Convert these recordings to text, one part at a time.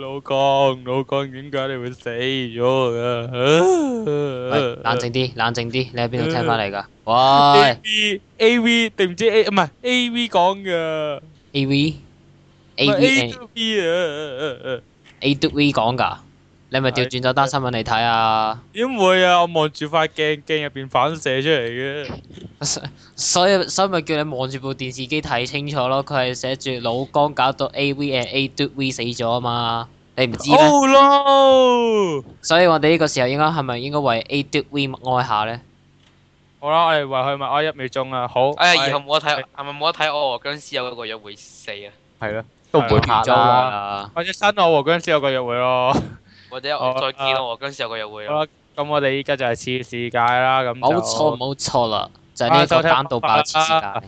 老公，老公點解你會死咗喂，呃噶？冷靜啲，冷靜啲，你喺邊度聽翻嚟㗎？ A V 喂 A V 定唔知 A 唔係 A V 講噶，A V A ，A à. V to B 啊！ A D V 講㗎，你咪調轉咗單新聞嚟睇啊！ 點會啊？我望住塊鏡，鏡入邊反射出嚟嘅。所以所以咪叫你望住部電視機睇清楚咯，佢係寫住老江搞到 A V and A D V 死咗啊嘛，你唔知咩？ Oh no！所以我哋呢個時候應該係咪應該為 A D V 默哀下呢？好啦，我哋為佢默哀一秒鐘啊！好，哎呀，係以後冇得睇，係咪冇得睇《我和僵屍有一個約會四》啊？係咯，都唔會拍完咗好耐啦。啦，或者新我和僵屍有個約會咯。或者哦我再見啊我和僵屍有個約會好啦。啦咁我哋依家就係次世界啦，咁冇就錯啊冇錯啦，就係呢個單到爆次時間。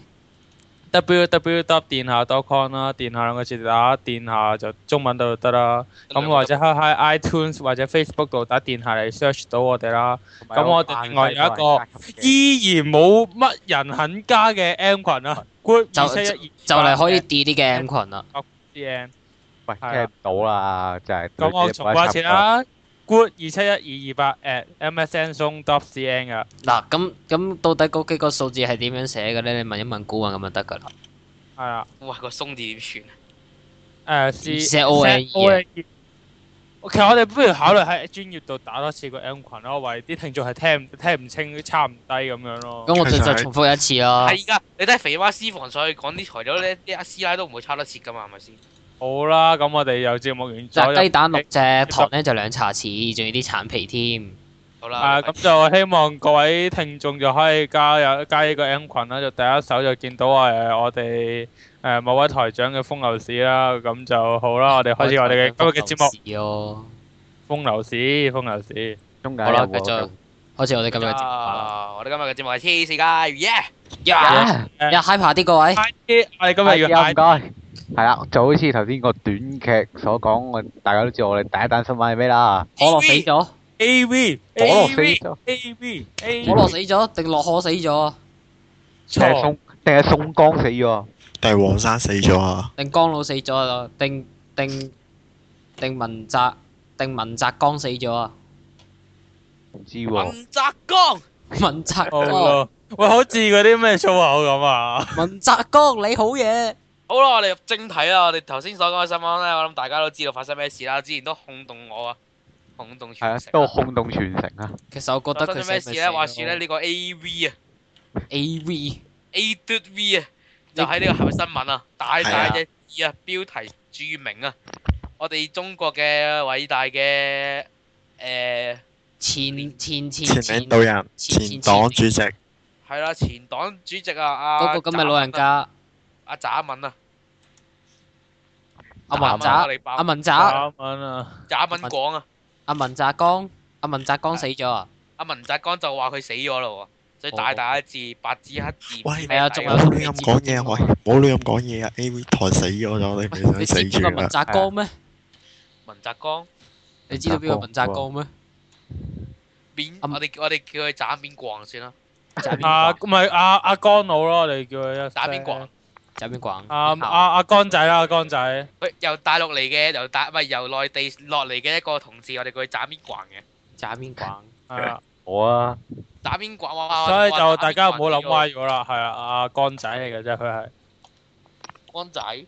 w w w 電下 dot com 啦，電下兩個字打電下就中文度得啦。咁或者喺喺 iTunes 或者 Facebook 度打電下嚟 search 到我哋啦。咁我哋另外有一個依然冇乜人肯加嘅 M 群啊，group 就二七一二就嚟可以 delete 嘅 M 群啦。 D N。喂，係啊聽唔到啦，就係咁我重播一次。啦，group 二七一二二八 at MSN 松 dot CN 噶。嗱，咁咁到底嗰幾個數字係點樣寫嘅咧？你問一問古韻咁就得㗎啦。係啊，哇，個鬆字點算啊？誒 C Z O N E 啊其實我哋不如考慮喺專業度打多次個 M 群咯，為啲聽眾係聽唔聽唔清、差唔低咁樣咯。咁我哋就重複一次啦。係噶，你睇肥媽私房菜講啲材料咧，啲阿師奶都唔會差得切噶嘛，係咪先？好啦，咁我哋又節目完咗嗱，雞就。蛋六隻，糖咧就兩茶匙，仲要啲橙皮添。好啦啊，，咁就希望各位聽眾就可以加入加呢個 M 群啦，就第一手就見到誒、我哋誒、某位台長嘅風流史啦，咁就好啦。我哋開始我哋嘅今日嘅節目目。咯，風流史，風流史。中間好啦，有繼續冇？開始我哋今日嘅節目啦。啊我哋今日嘅節目係黐線㗎，yeah！呀，誒哎呀 high 啲各位。快啲，我哋今係日要啊快唔該。係啦，就好似頭先個短劇所講，我大家都知我哋第一單新聞係咩啦？可樂死咗， A V 可樂 A 死 V 咗， A V 可 A 樂死咗定落河死咗，定係宋定係宋江死咗？但係黃生死咗啊！定江佬死咗啊？定定定文澤定文澤江死咗啊？唔知喎。文澤剛，文澤好江，咯。喂，好似嗰啲咩粗口咁啊！文澤江你好嘢。好啦，我哋入正題啦。我哋頭先所講嘅新聞咧，我諗大家都知道發生咩事啦。之前都轟動我啊，轟動係啊全城，啊。都轟動全城啊！其實我覺得發佢生咩事咧？話説咧，呢呢個 A V 啊 A V ，A d V 啊，就喺呢個係咪新聞啊？大大隻字啊，標題著名啊！我哋中國嘅偉大嘅誒前前前前領導人、前前黨主席，係啦，前黨主席啊，阿嗰個咁嘅老人家阿渣敏啊，阿文渣澤敏阿啊文澤啱啊！渣敏講啊，阿文澤江阿文澤江死咗啊！阿文澤剛就話佢死咗咯喎，所以大大一字白紙黑字。喂係啊仲有唔好亂咁講嘢，喂，唔好亂咁講嘢啊！A V 台死 咗咗，你咪想你知死邊住啊個文啦！澤江咩？文澤剛你知道邊個啊文澤江咩？面，嗯我哋我哋叫佢斬面逛算啦，就係邊個啊，唔係阿阿江佬咯，我哋叫佢一斬面逛。就係邊個啊？啊啊啊！江仔啦，江仔，佢由大陸嚟嘅，由大唔係由內地落嚟嘅一個同志，我哋叫佢斬面逛嘅。就係邊個啊？係啊，我啊，斬面逛哇哇！所以就哇大家唔好諗。斬歪面咗啦，係啊，阿江仔嚟嘅啫，佢係。逛光仔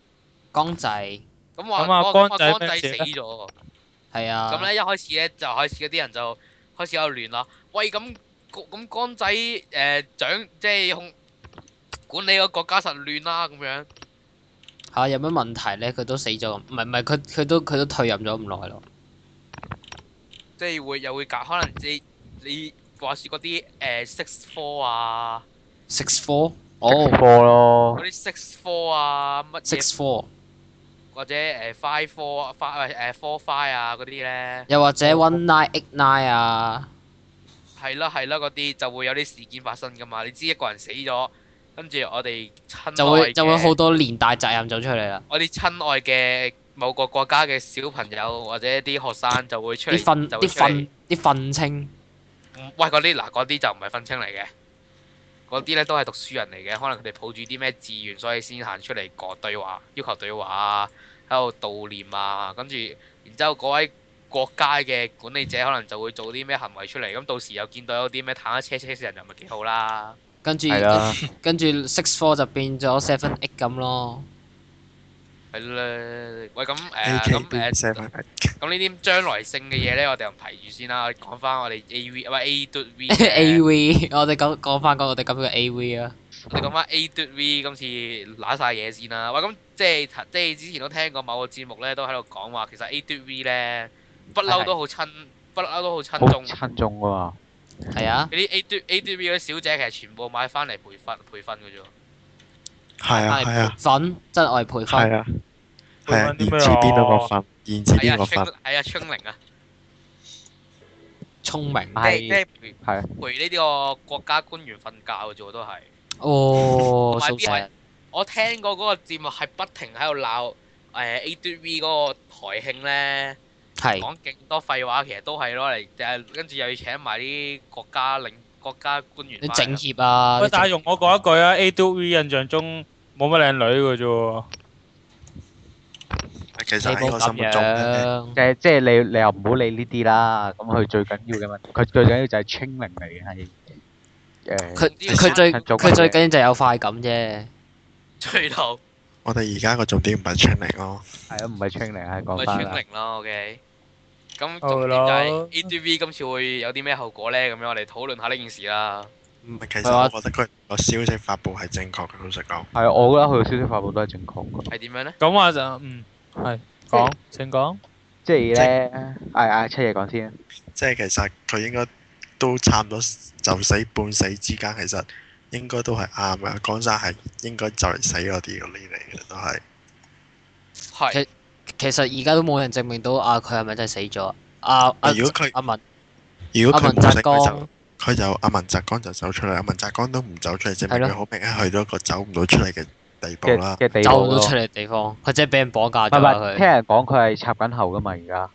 江仔咁話咁啊光光仔光仔咩事死咧咗喎。係啊。咁咧一開始咧就開始嗰啲人就開始喺度亂啦。喂，咁咁江仔誒、呃、長即係控管理個國家實亂啦咁樣。嚇有咩問題咧？佢都死咗咁，唔係唔係佢佢都佢都退任咗咁耐咯。即係會又會搞，可能你你話説嗰啲誒 six four 啊， Six four 直哦播咯嗰。啲 six four 啊，乜嘢，six four 或者誒 five four 啊，five 誒 four five 啊嗰啲咧，又或者 one nine eight nine 啊，係啦係啦嗰啲就會有啲事件發生噶嘛。你知一個人死咗，跟住我哋親就愛會就會嘅好多連帶責任走出嚟啦。我啲親愛嘅某個國家嘅小朋友或者啲學生就會出啲嚟，憤就會啲出嚟憤啲憤青唔喂，嗰啲嗱，嗰啲就唔係憤青嚟嘅，嗰啲咧都係讀書人嚟嘅，可能佢哋抱住啲咩志願，所以先行出嚟講對話，要求對話啊，喺度悼念啊，跟住然之後嗰位國家嘅管理者可能就會做啲咩行為出嚟，咁到時又見到有啲咩坦克車車死人又咪幾好啦。跟住係啦， 跟住 six four 就變咗 seven eight 咁咯。係咧，喂咁誒 AK 咁誒， seven 咁呢啲將來性嘅嘢咧，我哋唔提住先啦，講翻我哋 A V 唔係 A 嘟 V 嘅 A V，我哋講講翻講我哋咁嘅 A V 啊。我哋講翻 A 嘟 V 今次揦晒嘢先啦。喂，咁即係即係之前都聽過某個節目咧，都喺度講話，其實 A 嘟 V 咧不嬲都好親，不嬲都好好親中。嗰親中喎，係啊，啲 A 嘟 A 嘟 V 嗰啲小姐其實全部買翻嚟培訓培訓嘅啫喎。係啊係係啊培訓真愛培訓，係啊係啊，培訓啲延咩遲邊度個啊份？延遲係邊啊，個春哎份？係啊，春玲啊，聰明。即係即係係陪係啊陪呢啲個國家官員瞓覺嘅啫喎，都係。 哦，同埋蘇啲石人。我聽過嗰個節目係不停喺度鬧誒 A 嘟 V 嗰個台慶咧。係講勁多廢話，其實都係攞嚟誒，跟住又要請埋啲國家領國家官員你返嚟。整協啊。喂，你但係整用我講一句啊，A à, to V 印象中冇乜靚女嘅啫喎。其實你喺冇我咁心目中咧，樣。即係即係你你又唔好理呢啲啦。咁佢最緊要嘅問，佢最緊要就係清零嚟嘅係誒佢佢 最佢最緊要就有快感啫。最後我哋而家個重點唔係 training 咯，係啊，唔係清零係咪講穿翻啦。零咯，OK。咁好重點就係咯 A D V 今次會有啲咩後果咧？咁樣我哋討論下呢件事啦。其係啊實我覺得佢個消息發布係正確嘅，老實講。係，我覺得佢嘅消息發布都係正確嘅。係點樣咧？咁話就嗯係講，請講。即係咧，係係七爺講先啊。即係其實佢應該都差唔多就死半死之間，其實應該都係啱嘅。江山係應該就嚟死嗰啲嗰啲嚟嘅，都係係其實而家都冇人證明到啊，佢係咪真係死咗？啊啊如果佢阿文如阿果文佢澤冇死，佢就光佢就阿文澤光就走出嚟，阿文澤光都唔走出嚟，證係咯明佢好明顯去到一個走唔到出嚟嘅地步嘅啦。嘅地走步到咯。出嚟嘅地方，佢真係俾人綁架唔係咗唔啦係，聽佢。人講佢係插緊喉噶嘛，而家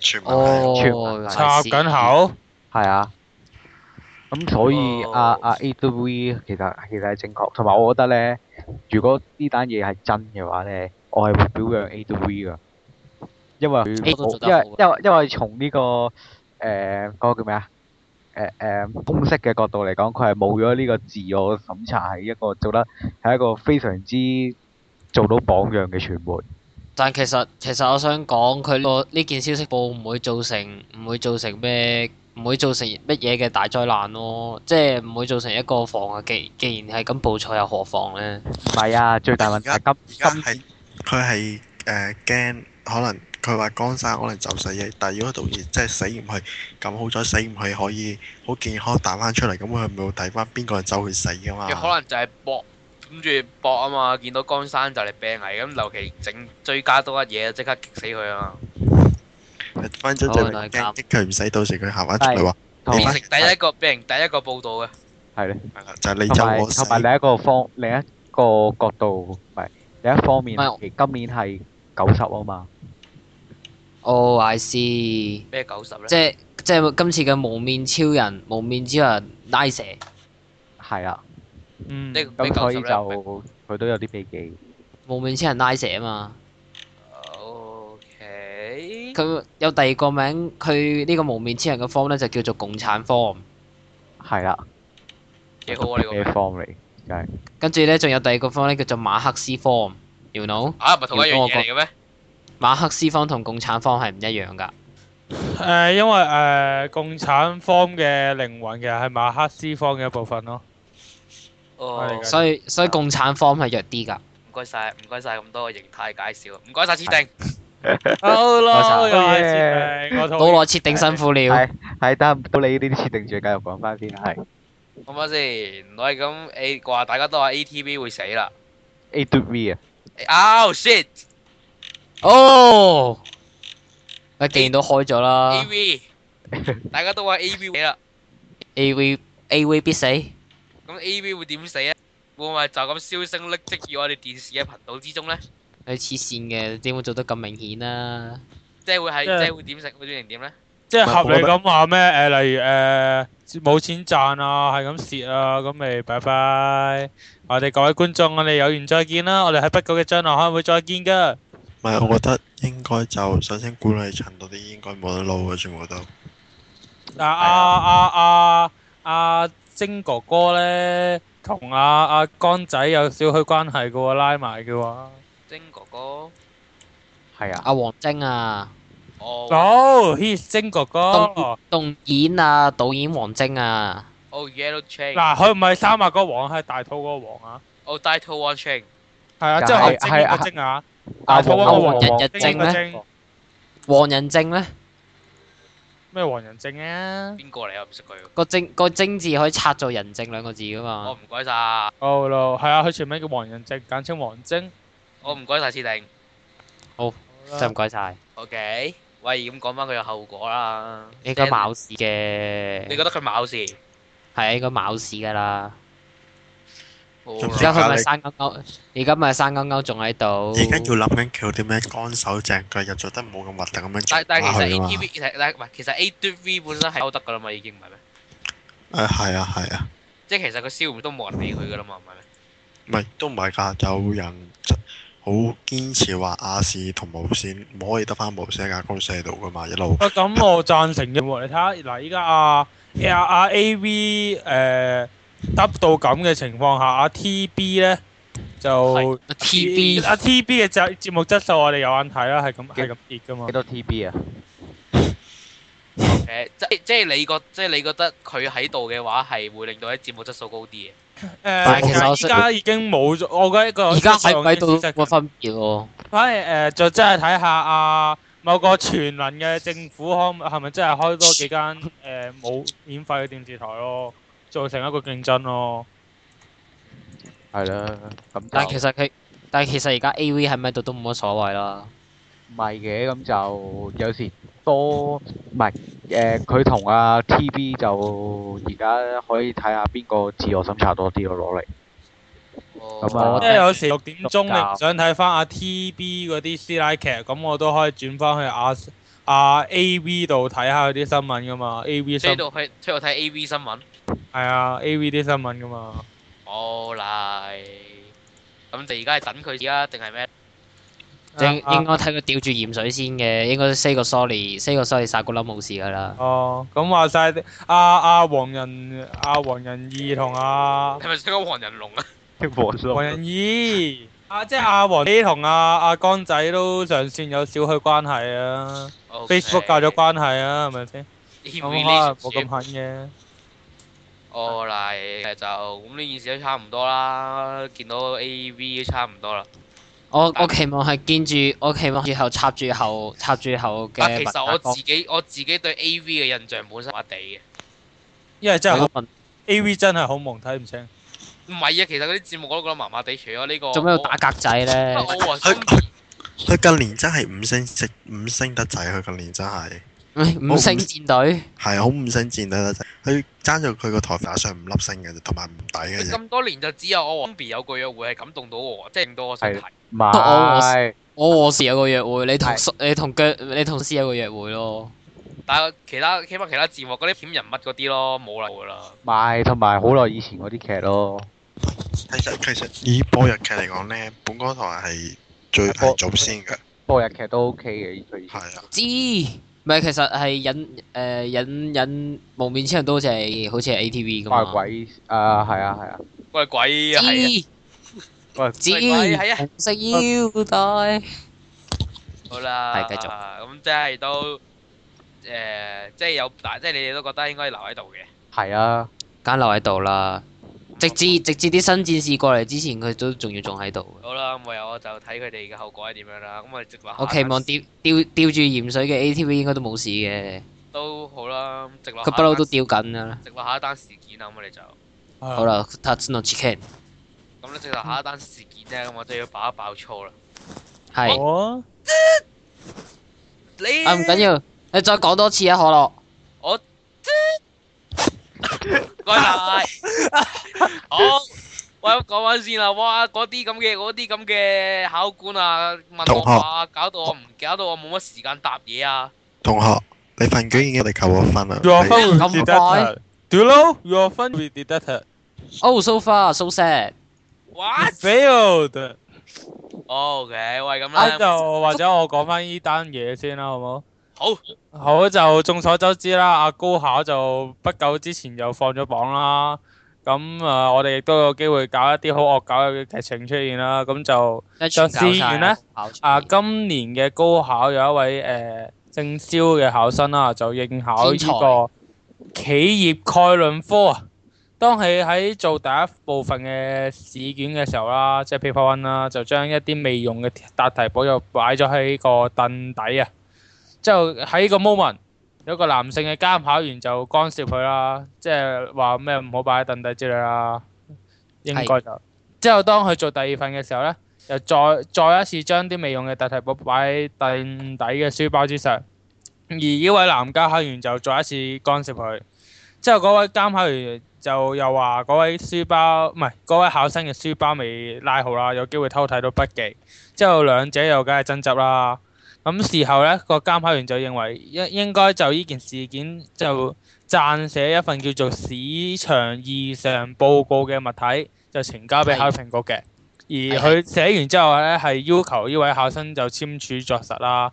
全部係全哦部，係插緊。口，係啊。咁所以哦阿阿 A W V 其實其實係正確，同埋我覺得咧，如果呢單嘢係真嘅話咧，我係會表揚 A W V 噶，因為佢 A 都做得因為好㗎因為因為從呢個誒嗰個叫咩啊？誒誒公式嘅角度嚟講，佢係冇咗呢個自我審查，係一個做得係一個非常之做到榜樣嘅傳媒。但其實其實我想講，佢呢呢件消息報唔會造成唔會造成咩唔會造成乜嘢嘅大災難咯，即係唔會造成一個防啊。既既然係咁報錯，又何妨呢？唔係啊，最大問題而係而今家今係佢係誒驚，可能佢話江山可能就死嘅，但係如果到時真係死唔去，咁好彩死唔去可以好健康彈翻出嚟，咁佢咪會睇翻邊個係走去死噶嘛？佢啊可能就係搏，諗住搏啊嘛。見到江山就嚟病危，咁尤其整追加多一嘢，即刻激死佢啊！分咗可就能係係咁驚激佢唔死，到時佢行翻出嚟話同你變翻成第一個，變成第一個報道嘅。係咧，係啦，就係你同走埋我死同。埋另一個方另一個角度，唔係另一方面唔係係今年係九十啊嘛，哦，I see。咩九十咧？即係即係今次嘅無面超人，無面超人拉蛇，係啦，嗯，呢個咁所以90呢就佢都有啲避忌。無面超人拉蛇啊嘛。 OK。佢有第二個名，佢呢個無面超人嘅 form 咧就叫做共產 form。係啦，幾好啊呢個名咩方嚟？跟住咧仲有第二個 form 咧叫做馬克思 form，you know？啊，唔係同一樣嘢嚟嘅咩？馬克思 form 同共產 form 係唔一樣㗎。誒，因為誒共產方嘅靈魂嘅係馬克思方嘅一部分咯。哦係，所以所以共產 form 係弱啲㗎。唔該晒，唔該晒咁多個形態介紹，唔該晒設定。好 Ờ, 啦，多謝又係設定，我同腦內設定辛苦了。係係得唔到你呢啲設定，再繼續講翻先係。好唔好先？我係咁誒話，大家都話 ATV 會死啦。 A to V 啊，啊 shit！哦，啊，既然都開咗啦 AV，大家都話 AV 會死啦。 ，A V A V 必死。咁 AV 會點死咧？會唔會就咁銷聲匿跡於我哋電視嘅頻道之中咧？你黐線嘅，點會做得咁明顯啊？即係會係，即係即係會點食？會變成點咧？即係合理咁話咩？誒，例如誒冇錢賺啊，係咁蝕啊，咁咪拜 Ờ, 拜。我哋各位觀眾，我哋有緣再見啦，我哋喺不久嘅將來可能會再見噶。唔唔係，我覺得應該就首先管理層嗰啲應該冇得撈嘅，全部都。啊 à, 啊啊啊啊！晶哥哥咧，同阿阿江仔有少許關係嘅喎，拉埋嘅喎。晶哥哥，係啊，阿王晶啊，哦好 h e 晶哥哥動。動演啊，導演王晶啊，哦 Oh, Yellow Chain，嗱，佢唔係三亞嗰個王，係大肚嗰個王啊。哦 d i t o Oh, One Chain，係啊，係即係精英個精啊，大阿肚嗰黃個黃啊王，日日精英個精精，黃仁正咧咩黃人精啊？邊個嚟啊？唔識佢喎。個正個精字可以拆做人正兩個字噶我嘛，唔該晒，哦咯，係啊，佢全名叫黃人精，簡稱黃精。我唔該晒設定。好啦真係唔該晒。 OK，喂，咁講翻佢嘅後果啦。應該你冇事你嘅，覺得佢冇事？係啊應該冇事噶啦。仲而有家佢咪你生勾勾，而家咪生勾勾仲喺度。而家要諗緊佢啲咩乾手淨腳，又做得冇咁核突咁樣但但其實做下去啊嘛。 ATV 其實但唔係，其實 ATV 本身係收得噶啦嘛，已經唔係咩？誒係啊係啊，即係其實佢燒唔都冇人理佢噶啦嘛，唔係咩？唔係都唔係㗎，有人好堅持話亞視同無線唔可以得翻無線一間公司喺度㗎嘛，一路啊，咁我贊成嘅喎，你睇下嗱，依家啊啊啊 A V 誒得到咁嘅情況下，啊 T B 咧就係 TB 啊 T B 嘅節節目質素我哋有眼睇啦，係咁係咁跌噶嘛幾。多 TB 啊？誒，即即係你覺即係你覺得佢喺度嘅話係會令到啲節目質素高啲嘅。誒，係其實我識依家已經冇咗，我覺得一個而家喺唔喺度質素冇分別喎。反而誒，就真係睇下啊某個全能嘅政府可唔係咪真係開多幾間誒冇免費嘅電視台咯，造成一個競爭咯。係啦，咁但就係其實佢，但係其實而家 A.V. 喺唔喺度都冇乜所謂啦。唔係嘅，咁就有時多唔係誒，佢同阿 TB 就而家可以睇下邊個自我審查多啲咯，攞嚟。咁啊哦即係有時六點鐘你唔想睇翻阿 TB 嗰啲師奶劇，咁我都可以轉翻去阿阿 AV 度睇下佢啲新聞噶嘛，AV 新即係度去即係我睇 A.V. 新聞。係啊 AV 啲新聞噶嘛。好啦，咁你而家係等佢而家定係咩？應應啊該睇佢吊住鹽水先嘅，應該 say 個 sorry，say 個 sorry，殺個冧冇事㗎啦。哦，咁話晒阿阿黃仁阿黃仁義同阿。係咪想講黃人龍啊？ 黃仁義啊，即係阿黃基同阿阿江仔都上線有少許關係啊 Facebook 教咗關係啊，係咪先？咁可能冇咁狠嘅。哦，嗱，就咁呢件事都差唔多啦，見到 A V 都差唔多啦。我我期望係見住，我期望以後插住後插住後啊，嘅其文實革我光。自己我自己對 A V 嘅印象本身麻麻地嘅，因為真係你好個文 AV 真係好蒙，睇唔清。唔係啊，其實嗰啲節目我都覺得麻麻地，除咗呢個做咩要打格仔咧？我啊，佢近年真係五星食五星得滯，佢近年真係五星戰隊係啊好五星戰得滯，佢爭咗佢個台法上五粒星嘅啫，同埋唔抵嘅啫。咁多年就只有我 b 有個約會係感動到我，即係令到我想睇。唔我係，我和時有個約會，你同係你同腳你同師有個約會咯。但係其他起碼其他節目嗰啲險人物嗰啲咯，冇啦冇啦。唔係，同埋好耐以前嗰啲劇咯。其實其實以播日劇嚟講咧，本港台係最係祖先嘅，播日劇都 OK 嘅，佢以前係啊。知，唔係其實係引誒引引無面超人都好似係好似係 ATV 咁怪嘛。鬼啊，係啊係啊，喂鬼知啊，係啊！喂知喂係啊紅色腰帶，好啦，係繼續咁即係都誒，即係有大，即係你哋都覺得應該留喺度嘅。係啊，梗留喺度啦。直哦至直至啲新戰士過嚟之前，佢都仲要仲喺度。好啦，咁我又我就睇佢哋嘅後果係點樣啦。咁我哋直落下我期望單吊吊吊住鹽水嘅 ATV 應該都冇事嘅，都好啦，咁直落佢不嬲都吊緊㗎啦。直落下一單事件啦。咁我哋就咁好好，啦，Touch No Chicken 咧，直落下一單事件咧，咁我就要爆一爆粗啦。係好啊。你啊，唔緊，要，你再講多次啊，可樂。唔 該晒。好。喂，咁講翻先啦，哇！嗰啲咁嘅嗰啲咁嘅考官啊，問我同學啊，搞到我唔搞到我冇乜時間答嘢啊！同學，你份卷已經嚟扣咗分啦。 Your 你 phone will 咁 be 快 detected. Do you know your phone will be detected? Oh so far so sad。哇！ Failed. O K，喂，咁啊啦，就或者我講翻呢單嘢先啦，好冇？好，好就眾所周知啦，阿高考就不久之前就放咗榜啦。咁誒、呃我哋亦都有機會搞一啲好惡搞嘅劇情出現啦。咁就一串搞試晒完呢搞出嚟啊，今年嘅高考有一位誒、呃姓蕭嘅考生啦，就應考呢天才個企業概論科啊。當佢喺做第一部分嘅試卷嘅時候啦，即係 paper one 啦，就將一啲未用嘅答題簿就擺咗喺個凳底啊。之後喺呢個 moment 有個男性嘅監考員就干涉佢啦，即係話咩唔好擺喺凳底之類啦。應該就之後當佢做第二份嘅時候咧。又再再一次將啲未用嘅特題簿擺喺凳底嘅書包之上，而呢位男監考員就再一次干涉佢。之後嗰位監考員就又話嗰位書包唔係嗰位考生嘅書包未拉好啦，有機會偷睇到筆記。之後兩者又梗係爭執啦。咁事後呢個監考員就認為應應該就呢件事件就撰寫一份叫做市場異常報告嘅物體，就呈交俾考評局嘅。而佢寫完之後呢，係要求呢位考生就簽署作實啦。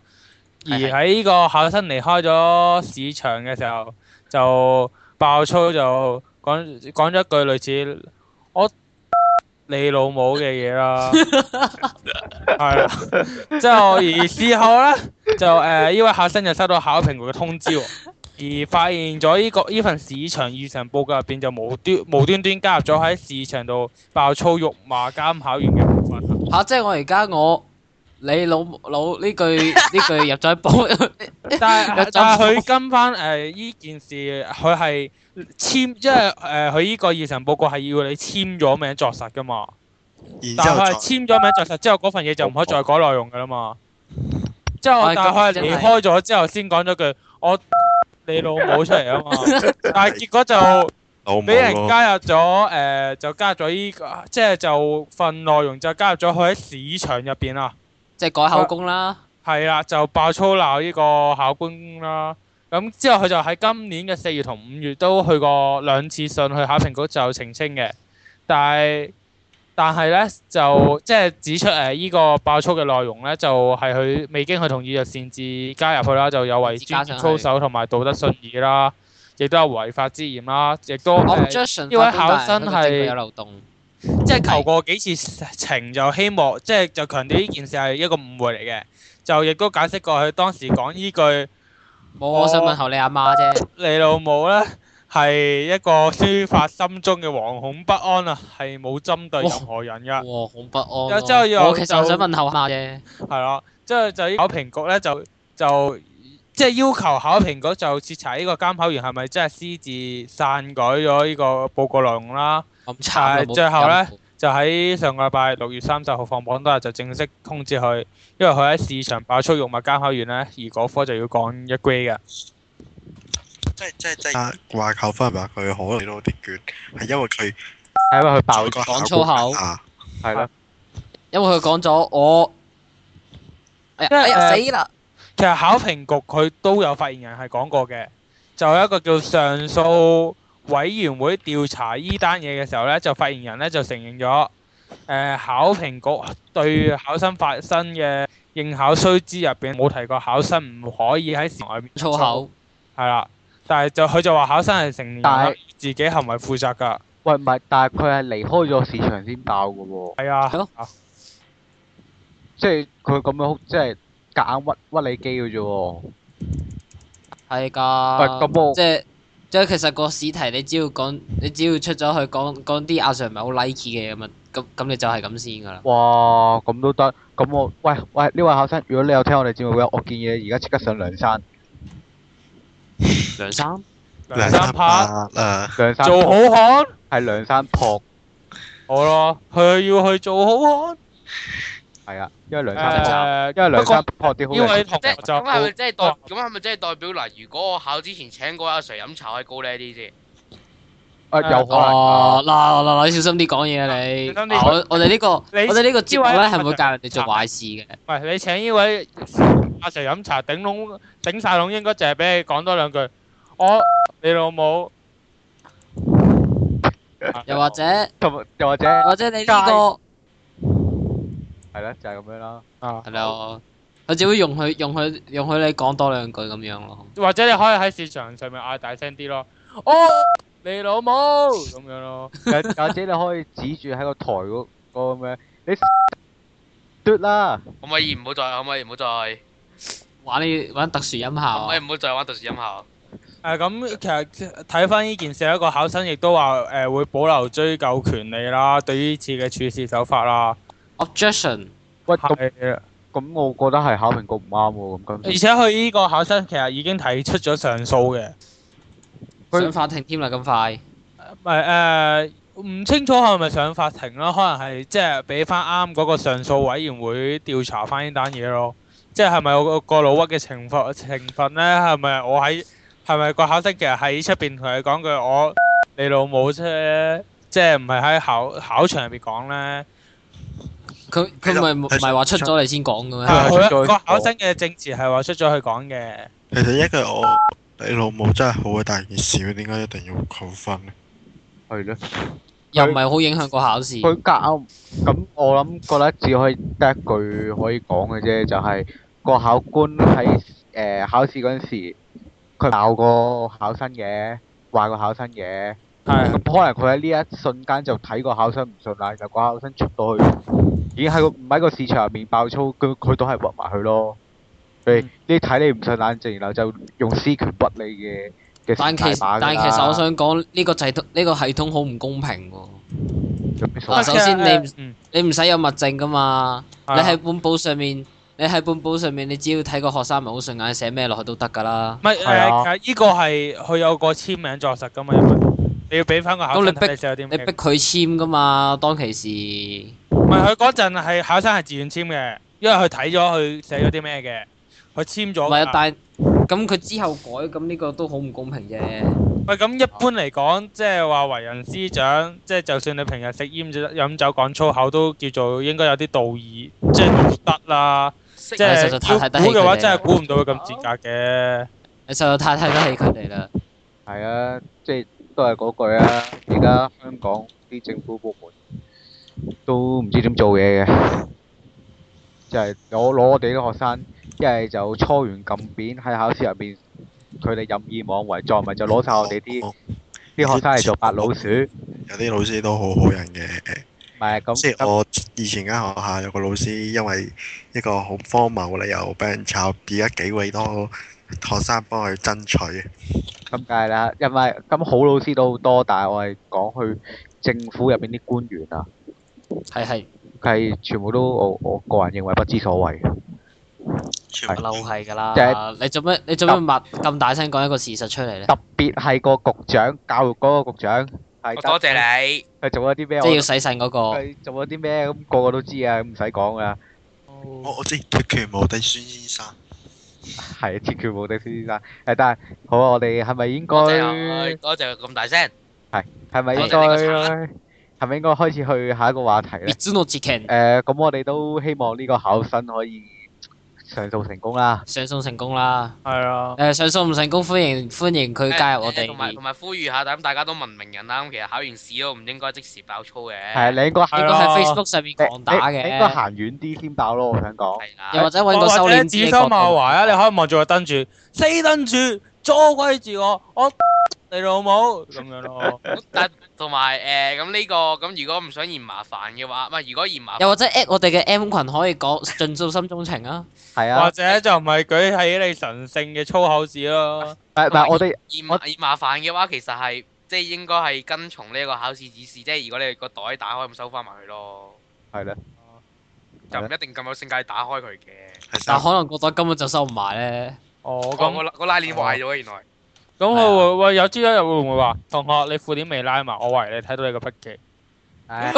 而係係喺呢個考生離開咗市場嘅時候，就爆粗就講講咗一句類似我 你老母嘅嘢 啦，係啦。之後而事後呢，就誒呢、位考生就收到考評局嘅通知喎。而發現咗呢、個呢份市場異常報告入邊就無端無端端加入咗喺市場度爆粗辱罵監考員嘅部分。吓，即係我而家我你老老呢句呢句入咗 波，但 有係針但係佢跟翻誒呢件事，佢係簽，即係誒佢呢個異常報告係要你簽咗名作實噶嘛。然但之係佢後係再簽咗名作實之後，嗰份嘢就唔可以再改內容噶啦嘛。之後喂但係佢係咁真係離開咗之後先講咗句我你老母出嚟啊嘛， 但係結果啊就。老母俾人咯，加入咗誒、呃就加入咗依、個，即係就份內容就加入咗佢喺市場入邊啊啦，即係改口供啦。係啦，就爆粗鬧呢個考官啦。咁之後佢就喺今年嘅四月同五月都去過兩次信去考評局就澄清嘅，但係但係咧就即係指出誒依、個爆粗嘅內容咧就係佢未經佢同意就擅自加入去啦，就有違專業操守同埋道德信義啦，亦都有違法之嫌啦，亦都誒 Objection，呃呢位法官大人考生佢個證據係有漏洞，即係求過幾次情就希望，即係就強調呢件事係一個誤會嚟嘅，就亦都解釋過佢當時講呢句冇我想問候你阿媽啫。你老母呢，係一個抒發心中嘅惶恐不安啊，係冇針對任何人噶，哇，恐不安咯。啊之後又我其實我想問候阿媽啫。係啦。之後就呢考評局呢，就就即係要求考評局就徹查呢個監考員係咪真係私自篡改咗呢個報告內容啦。咁慘但啊係冇最後有呢就喺上個禮拜六月三十號放榜當日就正式通知佢，因為佢喺市場爆粗用物監考員呢，而嗰科就要降一 grade 嘅。即係即係即係話扣分係咪啊？佢可能攞到啲卷，係因為佢係啊因為佢爆 做個講粗口啊！係啦，因為佢講咗我，哎呀因為哎呀呃死啦！其實考評局佢都有發言人係講過嘅，就有一個叫上訴委員會調查依單嘢嘅時候呢，就發言人呢就承認咗，誒、考評局對考生發生嘅應考須知入邊冇提過考生唔可以喺市場外面粗口，係啦，但係就佢就話考生係承但係認自己行為負責㗎。喂，唔係，但係佢係離開咗市場先爆嘅喎，係啊，係咯即係佢咁樣即係夾硬屈屈你機嘅啫喎。係喂，㗎。咁我即係即係其實個試題你只要講，你只要出咗去講講啲阿 Sir 唔係好 like 嘅咁啊，咁咁你就係咁先㗎啦。哇，咁都得，咁我喂喂呢位考生，如果你有聽我哋節目嘅，我建議你而家即刻上梁山，梁生，梁山泊誒，梁山做好漢，係梁山泊，好咯，佢要去做好係啊，因為梁山泊，漢。誒，因為梁山不泊啲好過呢人位同即學係就咁係咪即係代？哦咁係咪即係代表嗱？如果我考之前請嗰位阿 Sir 飲茶，可以高呢啲先。啊有可能㗎哦，嗱嗱嗱，你小心啲講嘢啊你。小心啲嗱我我哋呢個我你哋呢個節目咧呢位啊係唔會教人哋做壞事嘅。唔係你請呢位阿 Sir 飲茶頂籠頂晒籠，應該就係俾你講多兩句。我你老 母，又或者同埋又或者又或者你呢個係啦，就係咁樣啦。 啊，係咯，我只會用佢用佢用佢你講多兩句咁樣咯。或者你可以喺市場上面嗌大聲啲咯，哦，你老母咁樣 咯，又又或者你可以指住喺個台嗰嗰咁樣，你 嘟啦，可唔可以唔好再？可唔可以唔好再？可玩呢玩特殊音效唔可以啊，唔好再玩特殊音誒效？啊咁其實睇翻呢件事，一個考生亦都話誒會保留追究權利啦，對於呢次嘅處事手法啦， objection 喂咁係。咁，我覺得係考評局唔啱喎。咁而今次且佢呢個考生其實已經提出咗上訴嘅，佢上法庭添啦咁快，唔係誒唔清楚係咪上法庭啦，可能係即係俾翻啱嗰個上訴委員會調查翻呢單嘢咯，即係係咪我個老屈嘅情況情分咧？係咪我喺係咪個考生其實喺出邊同佢講句我你老母啫，即係唔係喺考考場入邊講咧？佢佢咪唔係係話出咗嚟先講嘅咩？啊出咗佢去個講考生嘅政治係話出咗去講嘅，其實一句我你老母真係好鬼大件事，點解一定要扣分咧？係咯，又唔係好影響個考試。佢夾硬咁，我諗覺得只可以得一句可以講嘅啫，就係個考官喺誒考試嗰陣時，佢鬧個考生嘅，話個考生嘅。係咁可能佢喺呢一瞬間就睇個考生唔順眼，就個考生出到去，已經喺個唔喺個市場入面爆粗，佢佢都係屈埋佢咯。譬如嗯你睇你唔順眼，就然後就用私權屈你嘅嘅但其大把㗎啦但其實我想講呢個制度呢個系統好唔公平喎。有咩所嗱謂首先你啊嗯你唔使有物證噶嘛，你啊喺本簿上面，你喺本簿上面，你只要睇個學生咪好順眼，寫咩落去都得噶啦唔。係係啊誒？其實呢個係佢有個簽名作實噶嘛，因為你要俾翻個考咁生你逼睇你寫咗啲你逼咩。佢簽噶嘛，當其時唔係佢嗰陣係考生係自願簽嘅，因為佢睇咗佢寫咗啲咩嘅，佢簽咗唔係啊㗎。，但係咁佢之後改，咁呢個都好唔公平啫。喂，咁一般嚟講，即係話為人師長，即係就算你平日食煙飲酒講粗口，都叫做應該有啲道義，即係道德啦。即即係係實在太睇得估起嘅佢話，哋真係估唔到佢咁賤格嘅。你實在太睇得起佢哋啦。係啊，即係都係嗰句啊！而家香港啲政府部門都唔知點做嘢嘅，就係攞攞我哋啲學生，一係就搓完撳扁喺考試入邊，佢哋任意妄為，再唔係就攞晒我哋啲啲學生嚟做白老鼠，唔有啲老師都好好人嘅，係咁即係咁我以前間學校有個老師，因為一個好荒謬嘅理由俾人炒，而家幾位都學生幫佢爭取。咁梗係啦，因為咁好老師都好多，但係我係講去政府入邊啲官員啊，係係，佢係全部都我我個人認為不知所謂嘅。不嬲係㗎就啦係。你做咩？你做咩擘咁大聲講一個事實出嚟咧？特別係個局長，教育嗰個局長係我多謝你，佢做咗啲咩？即係要我洗腎嗰個。佢做咗啲咩？咁個個都知啊，唔使講噶。我我知鐵拳無敵孫先生， 係鐵拳無敵先生。誒，但係好啊，我哋係咪應該多謝佢多謝佢咁大聲。係咪應該多謝你個係咪應該開始去下一個話題 咧？ Mizuno j i k e n 誒，咁我哋都希望呢個考生可以上訴成功啦。上訴成功啦！係啊。誒，上訴唔成功，歡迎歡迎佢加入我誒同埋哋同。埋呼籲下，咁大家都文明人啦。咁其實考完試都唔應該即時爆粗嘅。係，你應該行應係該咯喺 Facebook 上面你狂打你你應該嘅，行遠啲先爆咯。我想講係啦。又或者揾個或收者斂指啲嘅手角罵度。華啊！你可以望住個燈柱，死燈柱，阻鬼住我，我 你老母咁樣咯。但同埋誒咁呢個咁，如果唔想嫌麻煩嘅話，唔係如果嫌麻煩又或者 at 我哋嘅 M 群可以講盡訴心中情啊！係啊或，者就唔係舉起你神聖嘅粗口字咯。唔係唔係我哋嫌我嫌麻煩嘅話，其實係即係應該係跟從呢個考試指示，即係如果你個袋打開咁收翻埋佢咯，係啦。就唔係一定咁有性格打開佢嘅。係但三可能個袋根本就收唔埋咧。哦，個咁個個拉鏈壞咗，原來咁佢係會喂有朝一日會唔會話同學你副點未拉埋？我為你睇到你個筆記。唉，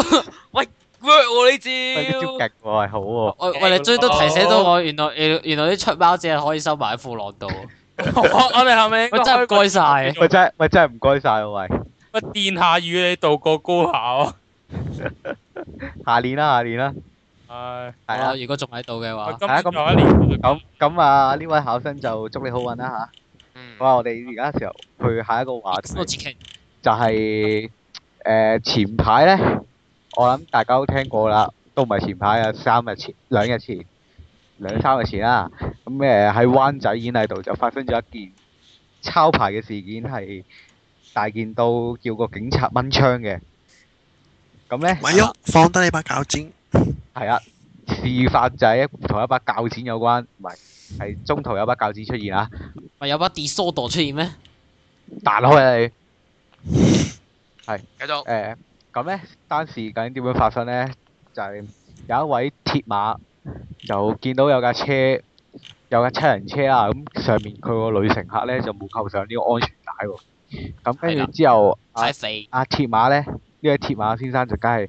work 喎呢喂招招。勁喎，係好喎。喂喂，你追啊都提醒到我，原來原原來啲出貓只係可以收埋喺褲浪度。我我哋後面喂，真係啊唔該晒。喂真係喂真係唔該晒喎，喂，喂殿下與你渡過高考。下年啦下年啦，係。好係啦，啊，如果仲喺度嘅喂話，今係啊年咁仲有一年。咁咁啊呢位考生就祝你好運啦吓。嗯好啊，我哋而家時候去下一個話題我自己就係誒前排咧，我諗大家都聽過啦，都唔係前排啊，三日前兩日前兩三日前啦。咁誒喺灣仔演藝度就發生咗一件抄牌嘅事件，係大件到叫個警察掹槍嘅。咁咧咪喐，放低你把铰剪。係啊，事發就係一同一把鉸剪有關，唔係係中途有把鉸剪出現啊，咪有把 disorder 出現咩？彈開啊你！繼續。誒咁咧單事究竟點樣發生咧？就係、有一位鐵馬就見到有架車，有架七人車啦，咁上面佢個女乘客咧就冇扣上呢個安全帶喎。咁跟係住啦之後，阿太肥，阿鐵馬咧，呢位鐵馬先生就梗係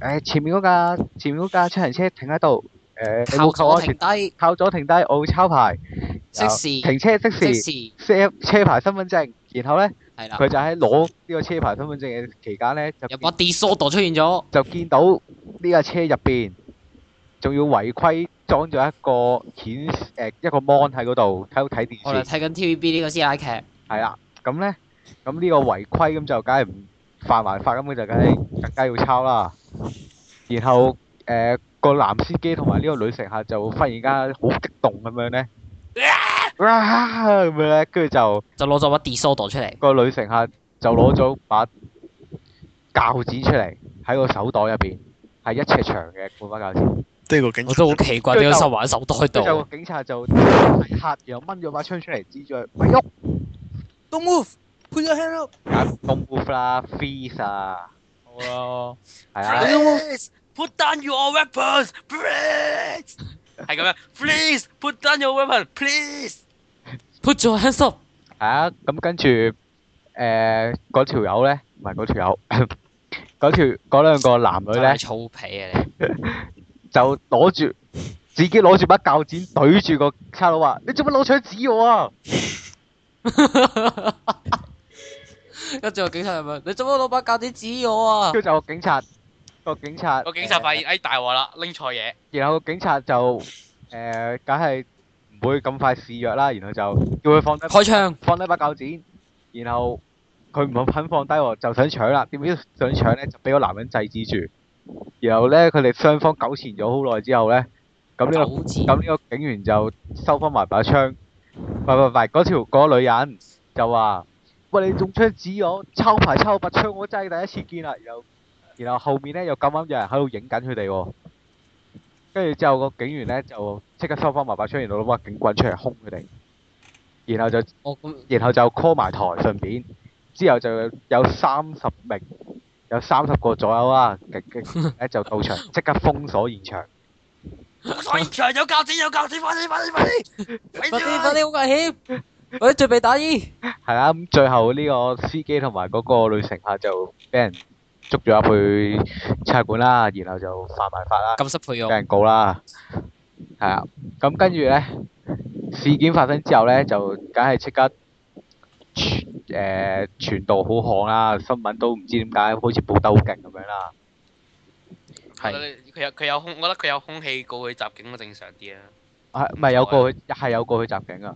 誒前面嗰架前面嗰架七人車停喺度，誒、你靠冇扣左安停全，低，靠左停低，我會抄牌，即時停車即時即車車牌身份證，然後咧時係啦，佢就喺攞呢個車牌身份證嘅期間咧就有把 disorder 出現咗，就見到呢架車入邊，仲要違規裝咗一個顯誒、呃一個 mon 喺嗰度喺度睇電我哋視，睇緊 TVB 呢個師奶劇，係啦。咁咧，咁呢個違規咁就梗係唔犯埋法，咁佢就梗係更加要抄啦。然後誒、呃、個男司機同埋呢個女乘客就忽然間好激動咁樣咧，哇咁樣咧，跟住就就攞咗把 disorder 出嚟，個女乘客就攞咗把鉸剪出嚟喺個手袋入邊，係一尺長嘅半把鉸剪。即係個警我都好察奇怪點解收埋喺手袋跟住度，個警察就嚇，然後掹咗把槍出嚟，指住佢，哎咪喐 Don't move，put your hand up。揀啊 don't move 啦，freeze 啊，好啦，係啊， Please put down your weapons, please。係 咁樣，please put down your weapon, please。 put 咗 hands up，係啊，咁跟住誒嗰條友咧，唔係嗰條友， 嗰條嗰兩個男女真咧係，粗皮啊你， 就攞住自己攞住把鉸剪懟住個差佬話：你做乜攞槍指我啊？跟住個警察就問你做乜攞把鉸剪指我啊？跟住就個警察，個警察，個警察發誒現哎大鑊啦，拎錯嘢。然後警察就誒，梗係唔會咁快示弱啦，然後就叫佢放低開槍，放低把鉸剪，然後佢唔肯放低喎，就想搶啦。點知想搶咧就俾個男人制止住，然後咧佢哋雙方糾纏咗好耐之後咧，咁呢、手指個咁呢個警員就收翻埋把槍，唔係唔係唔係嗰條嗰個女人就話：喂，你中槍指我，抄牌抄把槍，我真係第一次見啦。然後然後後面咧又咁啱有人喺度影緊佢哋喎。跟住之後個警員咧就即刻收翻埋把槍，然後攞把警棍出嚟轟佢哋，然後就我咁然後就 call 埋台，順便之後就有三十名，有三十個左右啦，極極咧就到場，即刻封鎖現場。 所 以場有教子有教子，快啲快啲快啲！ 快快啲啲快啲好危險，我啲準備打醫，係啦，咁最後呢個司機同埋嗰個女乘客就俾人捉咗入去差館啦，然後就犯埋法啦，咁失配俾用，人告啦。係啊，咁跟住咧，事件發生之後咧，就梗係即刻傳誒傳道好巷啦，新聞都唔知點解好似報得好勁咁樣啦。我覺得佢有佢有空，我覺得佢有空氣告佢襲警都正常啲啊。啊，唔係有個去，係有個去襲警啊！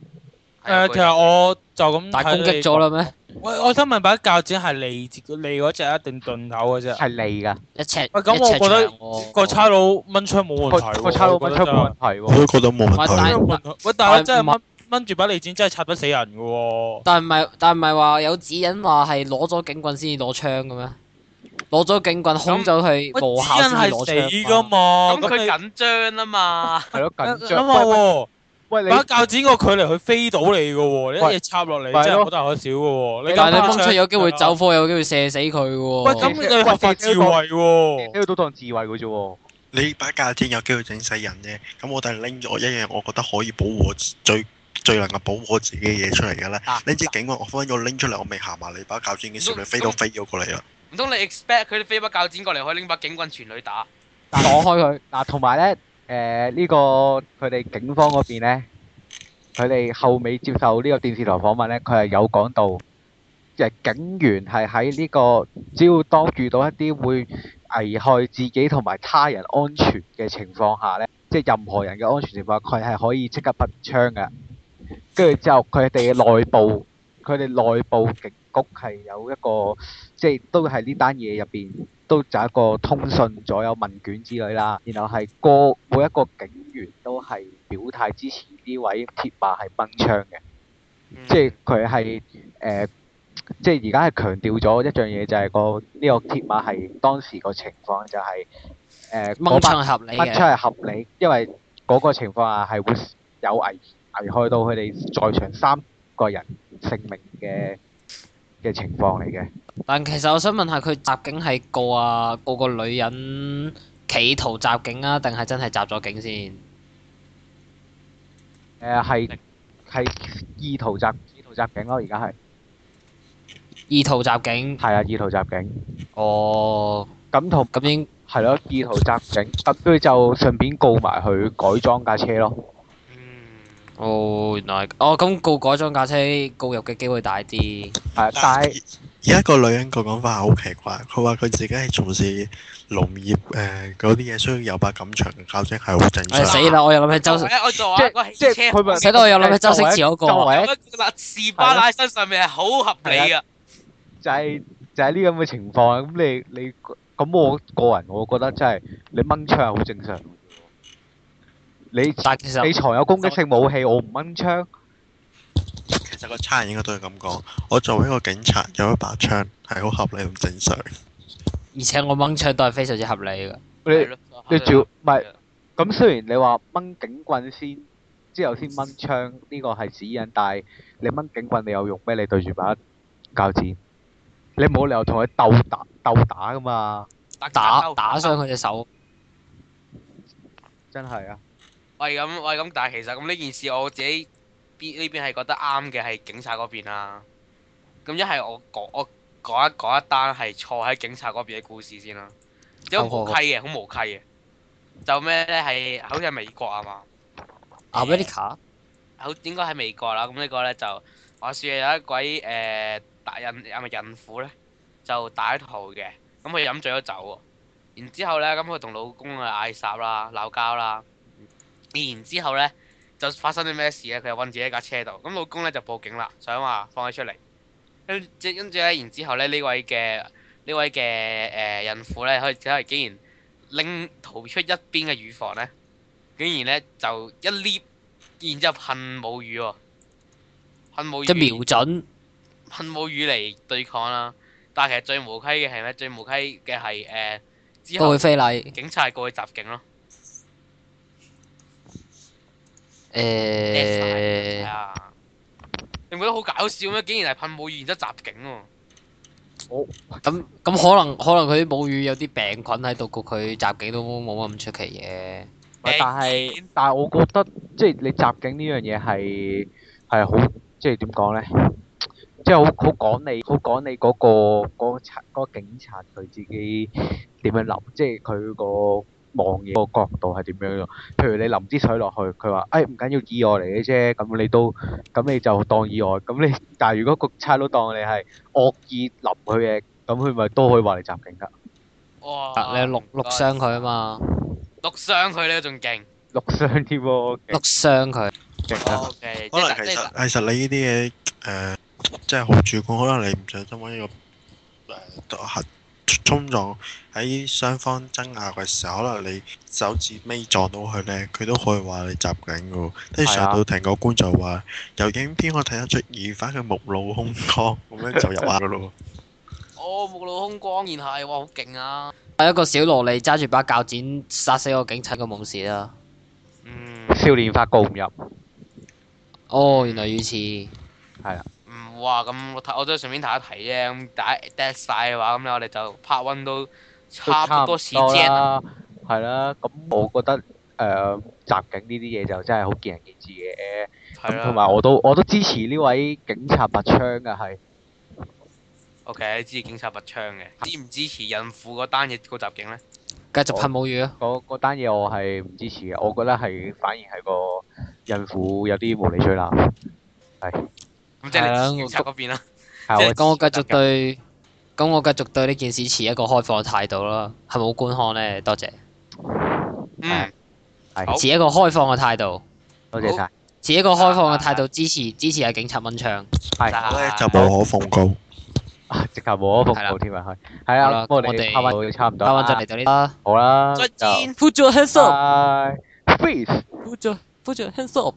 係誒，其實我就咁但係攻擊睇咗啦咩？你。我我想問把鉸剪係利字利嗰只一定鈍口嘅啫？係你㗎，一尺，喂咁一我尺覺得長喎個差佬掹槍冇問題個喎。個差佬乜出我冇問題我喎，都覺得冇問覺題得但。冇問題喂，但係真係但掹掹住把利剪真係插得死人嘅喎。但唔係，但唔係話有指引話係攞咗警棍先至攞槍嘅咩？攞咗警棍空咗佢，喂，無效指先引係至攞槍死噶嘛？嘛？咁佢緊張啊嘛，係咯緊諗張。下喂喎。喂喂把鉸剪個距離佢飛到你嘅喎，你一嘢插落嚟咪係真係咯可大可小嘅喎。但係你諗掹下出有機會槍走火，有機會射死佢嘅喎。喂，咁你合法智慧你喎。呢度都當智慧嘅啫喎，你把鉸剪有機會整死人啫，咁我哋拎咗一樣，我覺得可以保護我自最最能夠保護我自己嘅嘢出嚟嘅咧。嗱拎支警棍，我分咗拎出嚟，我未行埋你把鉸剪已經攝你飛到飛咗過嚟啦。 唔通你 expect 佢飛把鉸剪過嚟可以拎把警棍全女打？但係擋開佢嗱，同埋咧誒呢個佢哋警方嗰邊咧，佢哋後尾接受呢個電視台訪問咧，佢係有講到，即係警員係喺呢個只要當遇到一啲會危害自己同埋他人安全嘅情況下咧，即係任何人嘅安全情況，佢係可以即刻拔槍嘅。跟住之後，佢哋嘅內部，佢哋內部警局係有一個，即係都係呢單嘢入邊都就一個通訊咗有問卷之類啦，然後係個每一個警員都係表態支持呢位鐵馬係掹槍嘅。嗯即係佢係誒，即係而家係強調咗一樣嘢，就係個呢個鐵馬係當時個情況就係誒掹嗰槍把啊係合理掹出嘅，係合理，因為嗰個情況下係會有危危害到佢哋在場三個人性命嘅嘅情況嚟嘅。但其實我想問下，佢襲警係告啊告個女人企圖襲警啊，定係真係襲咗警先？誒係係意圖襲意圖襲警咯，而家係意圖襲警，係啊，意圖襲警。哦，咁同咁應係咯，意圖襲警，咁佢就順便告埋佢改裝架車咯。哦原來係哦咁告改裝架車告入嘅機會大啲。係啊，但係。而家個女人個講法係好奇怪，佢話佢自己係從事農業誒嗰啲嘢，需要有把咁長嘅鉸剪係好正唉哎常。死啦！我又諗起周，係啊我就話即嗰個係即汽係車佢咪死到我又諗起周星馳嗰個作為一嗰個士巴拉身上面係好合理啊！就係、就係呢咁嘅情況，咁你你咁我個人我覺得真係你掹槍係好正常嘅喎。你但係其實你藏有攻擊性武器，我唔掹槍，其實個差人應該都係咁講。我作為一個警察，有一把槍係好合理同正常。而且我掹槍都係非常之合理嘅。Dạ, 你你照唔係係啊咁。雖然你話掹警棍先之後先掹槍，呢個係指引，但係你掹警棍你有用咩？你對住把鉸剪，你冇理由同佢鬥打鬥打噶嘛，打打傷佢隻手，真係啊！喂咁喂咁，但係其實咁呢件事我自己邊呢邊係覺得啱嘅係警察嗰邊啦。咁一係我講我講一講一單係錯喺警察嗰邊嘅故事先啦，有好好無好稽嘅，好無稽嘅。就咩咧係好似係美國啊嘛，啊 America 好應該喺美國啦。咁呢個咧就話説有一位誒、呃、大孕係咪孕婦咧，就大咗肚嘅，咁佢飲醉咗酒喎。然之後咧，咁佢同老公啊嗌霎啦，鬧交啦。然之後咧就發生啲咩事咧？佢就韞自己喺架車度，咁老公咧就報警啦，想話放佢出嚟。跟住跟住咧，然之後咧呢位嘅呢位嘅誒、呃孕婦咧，佢佢竟然拎逃出一邊嘅乳房咧，竟然咧就一 lift。然之後噴母語喎，噴母即係語，瞄準噴母語嚟對抗啦。但係其實最無稽嘅係咩？最無稽嘅係誒之告後佢非禮。警察係過去襲警咯。係誒，啊，你唔覺得好搞笑咩？竟然係噴母語，然之後襲警喎。咁咁可能可能佢啲母語有啲病菌喺度，告佢襲警都冇乜咁出奇嘅。喂但係誒但係我覺得即係你襲警呢樣嘢係係好即係點講咧？即係好好講你好講你嗰、個嗰個察嗰個警察佢自己點樣諗，即係佢個望嘢個角度係點樣咯。譬如你淋支水落去，佢話哎誒唔緊要意外嚟嘅啫，咁你都咁你就當意外。咁你但係如果個差佬當你係惡意淋佢嘅，咁佢咪都可以話你襲警㗎。哇！你錄錄傷佢啊嘛，錄傷佢咧，仲勁。六傷添喎，勁錄傷佢。勁啊！ O K，可能其實其實你呢啲嘢誒，啊即係好主觀。可能你唔想因為呢個誒核呃衝撞喺雙方爭拗嘅時候，可能你手指尾撞到佢咧，佢都可以話你襲警嘅喎。跟係住啊上到庭個官就話：由影片我睇得出疑犯嘅目露凶光，咁樣就入啊眼嘅咯我目露空光，然係哇，好勁啊！係一個小蘿莉揸住把鉸剪殺死個警察嘅夢事啦。嗯，少年法告唔入。哦，原來如此。唔哇咁，我睇我都順便提一提啫。咁打 dead 晒嘅話，咁我哋就 part one 都都差不多時差唔間啊啦。啦，係啦。咁我覺得誒、呃、襲警呢啲嘢就真係好見仁見智嘅。係啊咁啦同埋我都我都支持呢位警察拔槍嘅係 O.K. 支持警察拔槍嘅，支唔支持孕婦嗰單嘢嗰襲警咧？繼續噴母語啊！嗰嗰單嘢我係唔支持嘅，我覺得係反而係個孕婦有啲無理取鬧。咁即係係啊你支持警察嗰邊啦。即係係我咁我繼續對，咁我繼續對呢件事持一個開放嘅態度啦，係冇觀看呢，多謝，嗯，好係持一個開放嘅態度，多謝晒，持一個開放嘅態度支持支持阿警察蚊槍，係喎。咧就無可奉告。啊直頭冇咗服係啦務添啊，係係啊，好啦咁我咁我哋哋拍翻到差唔多答案就啦嚟，到呢度啦。好啦，再就見。啊 Put your hands up，拜，Freeze。 put your put your hands up。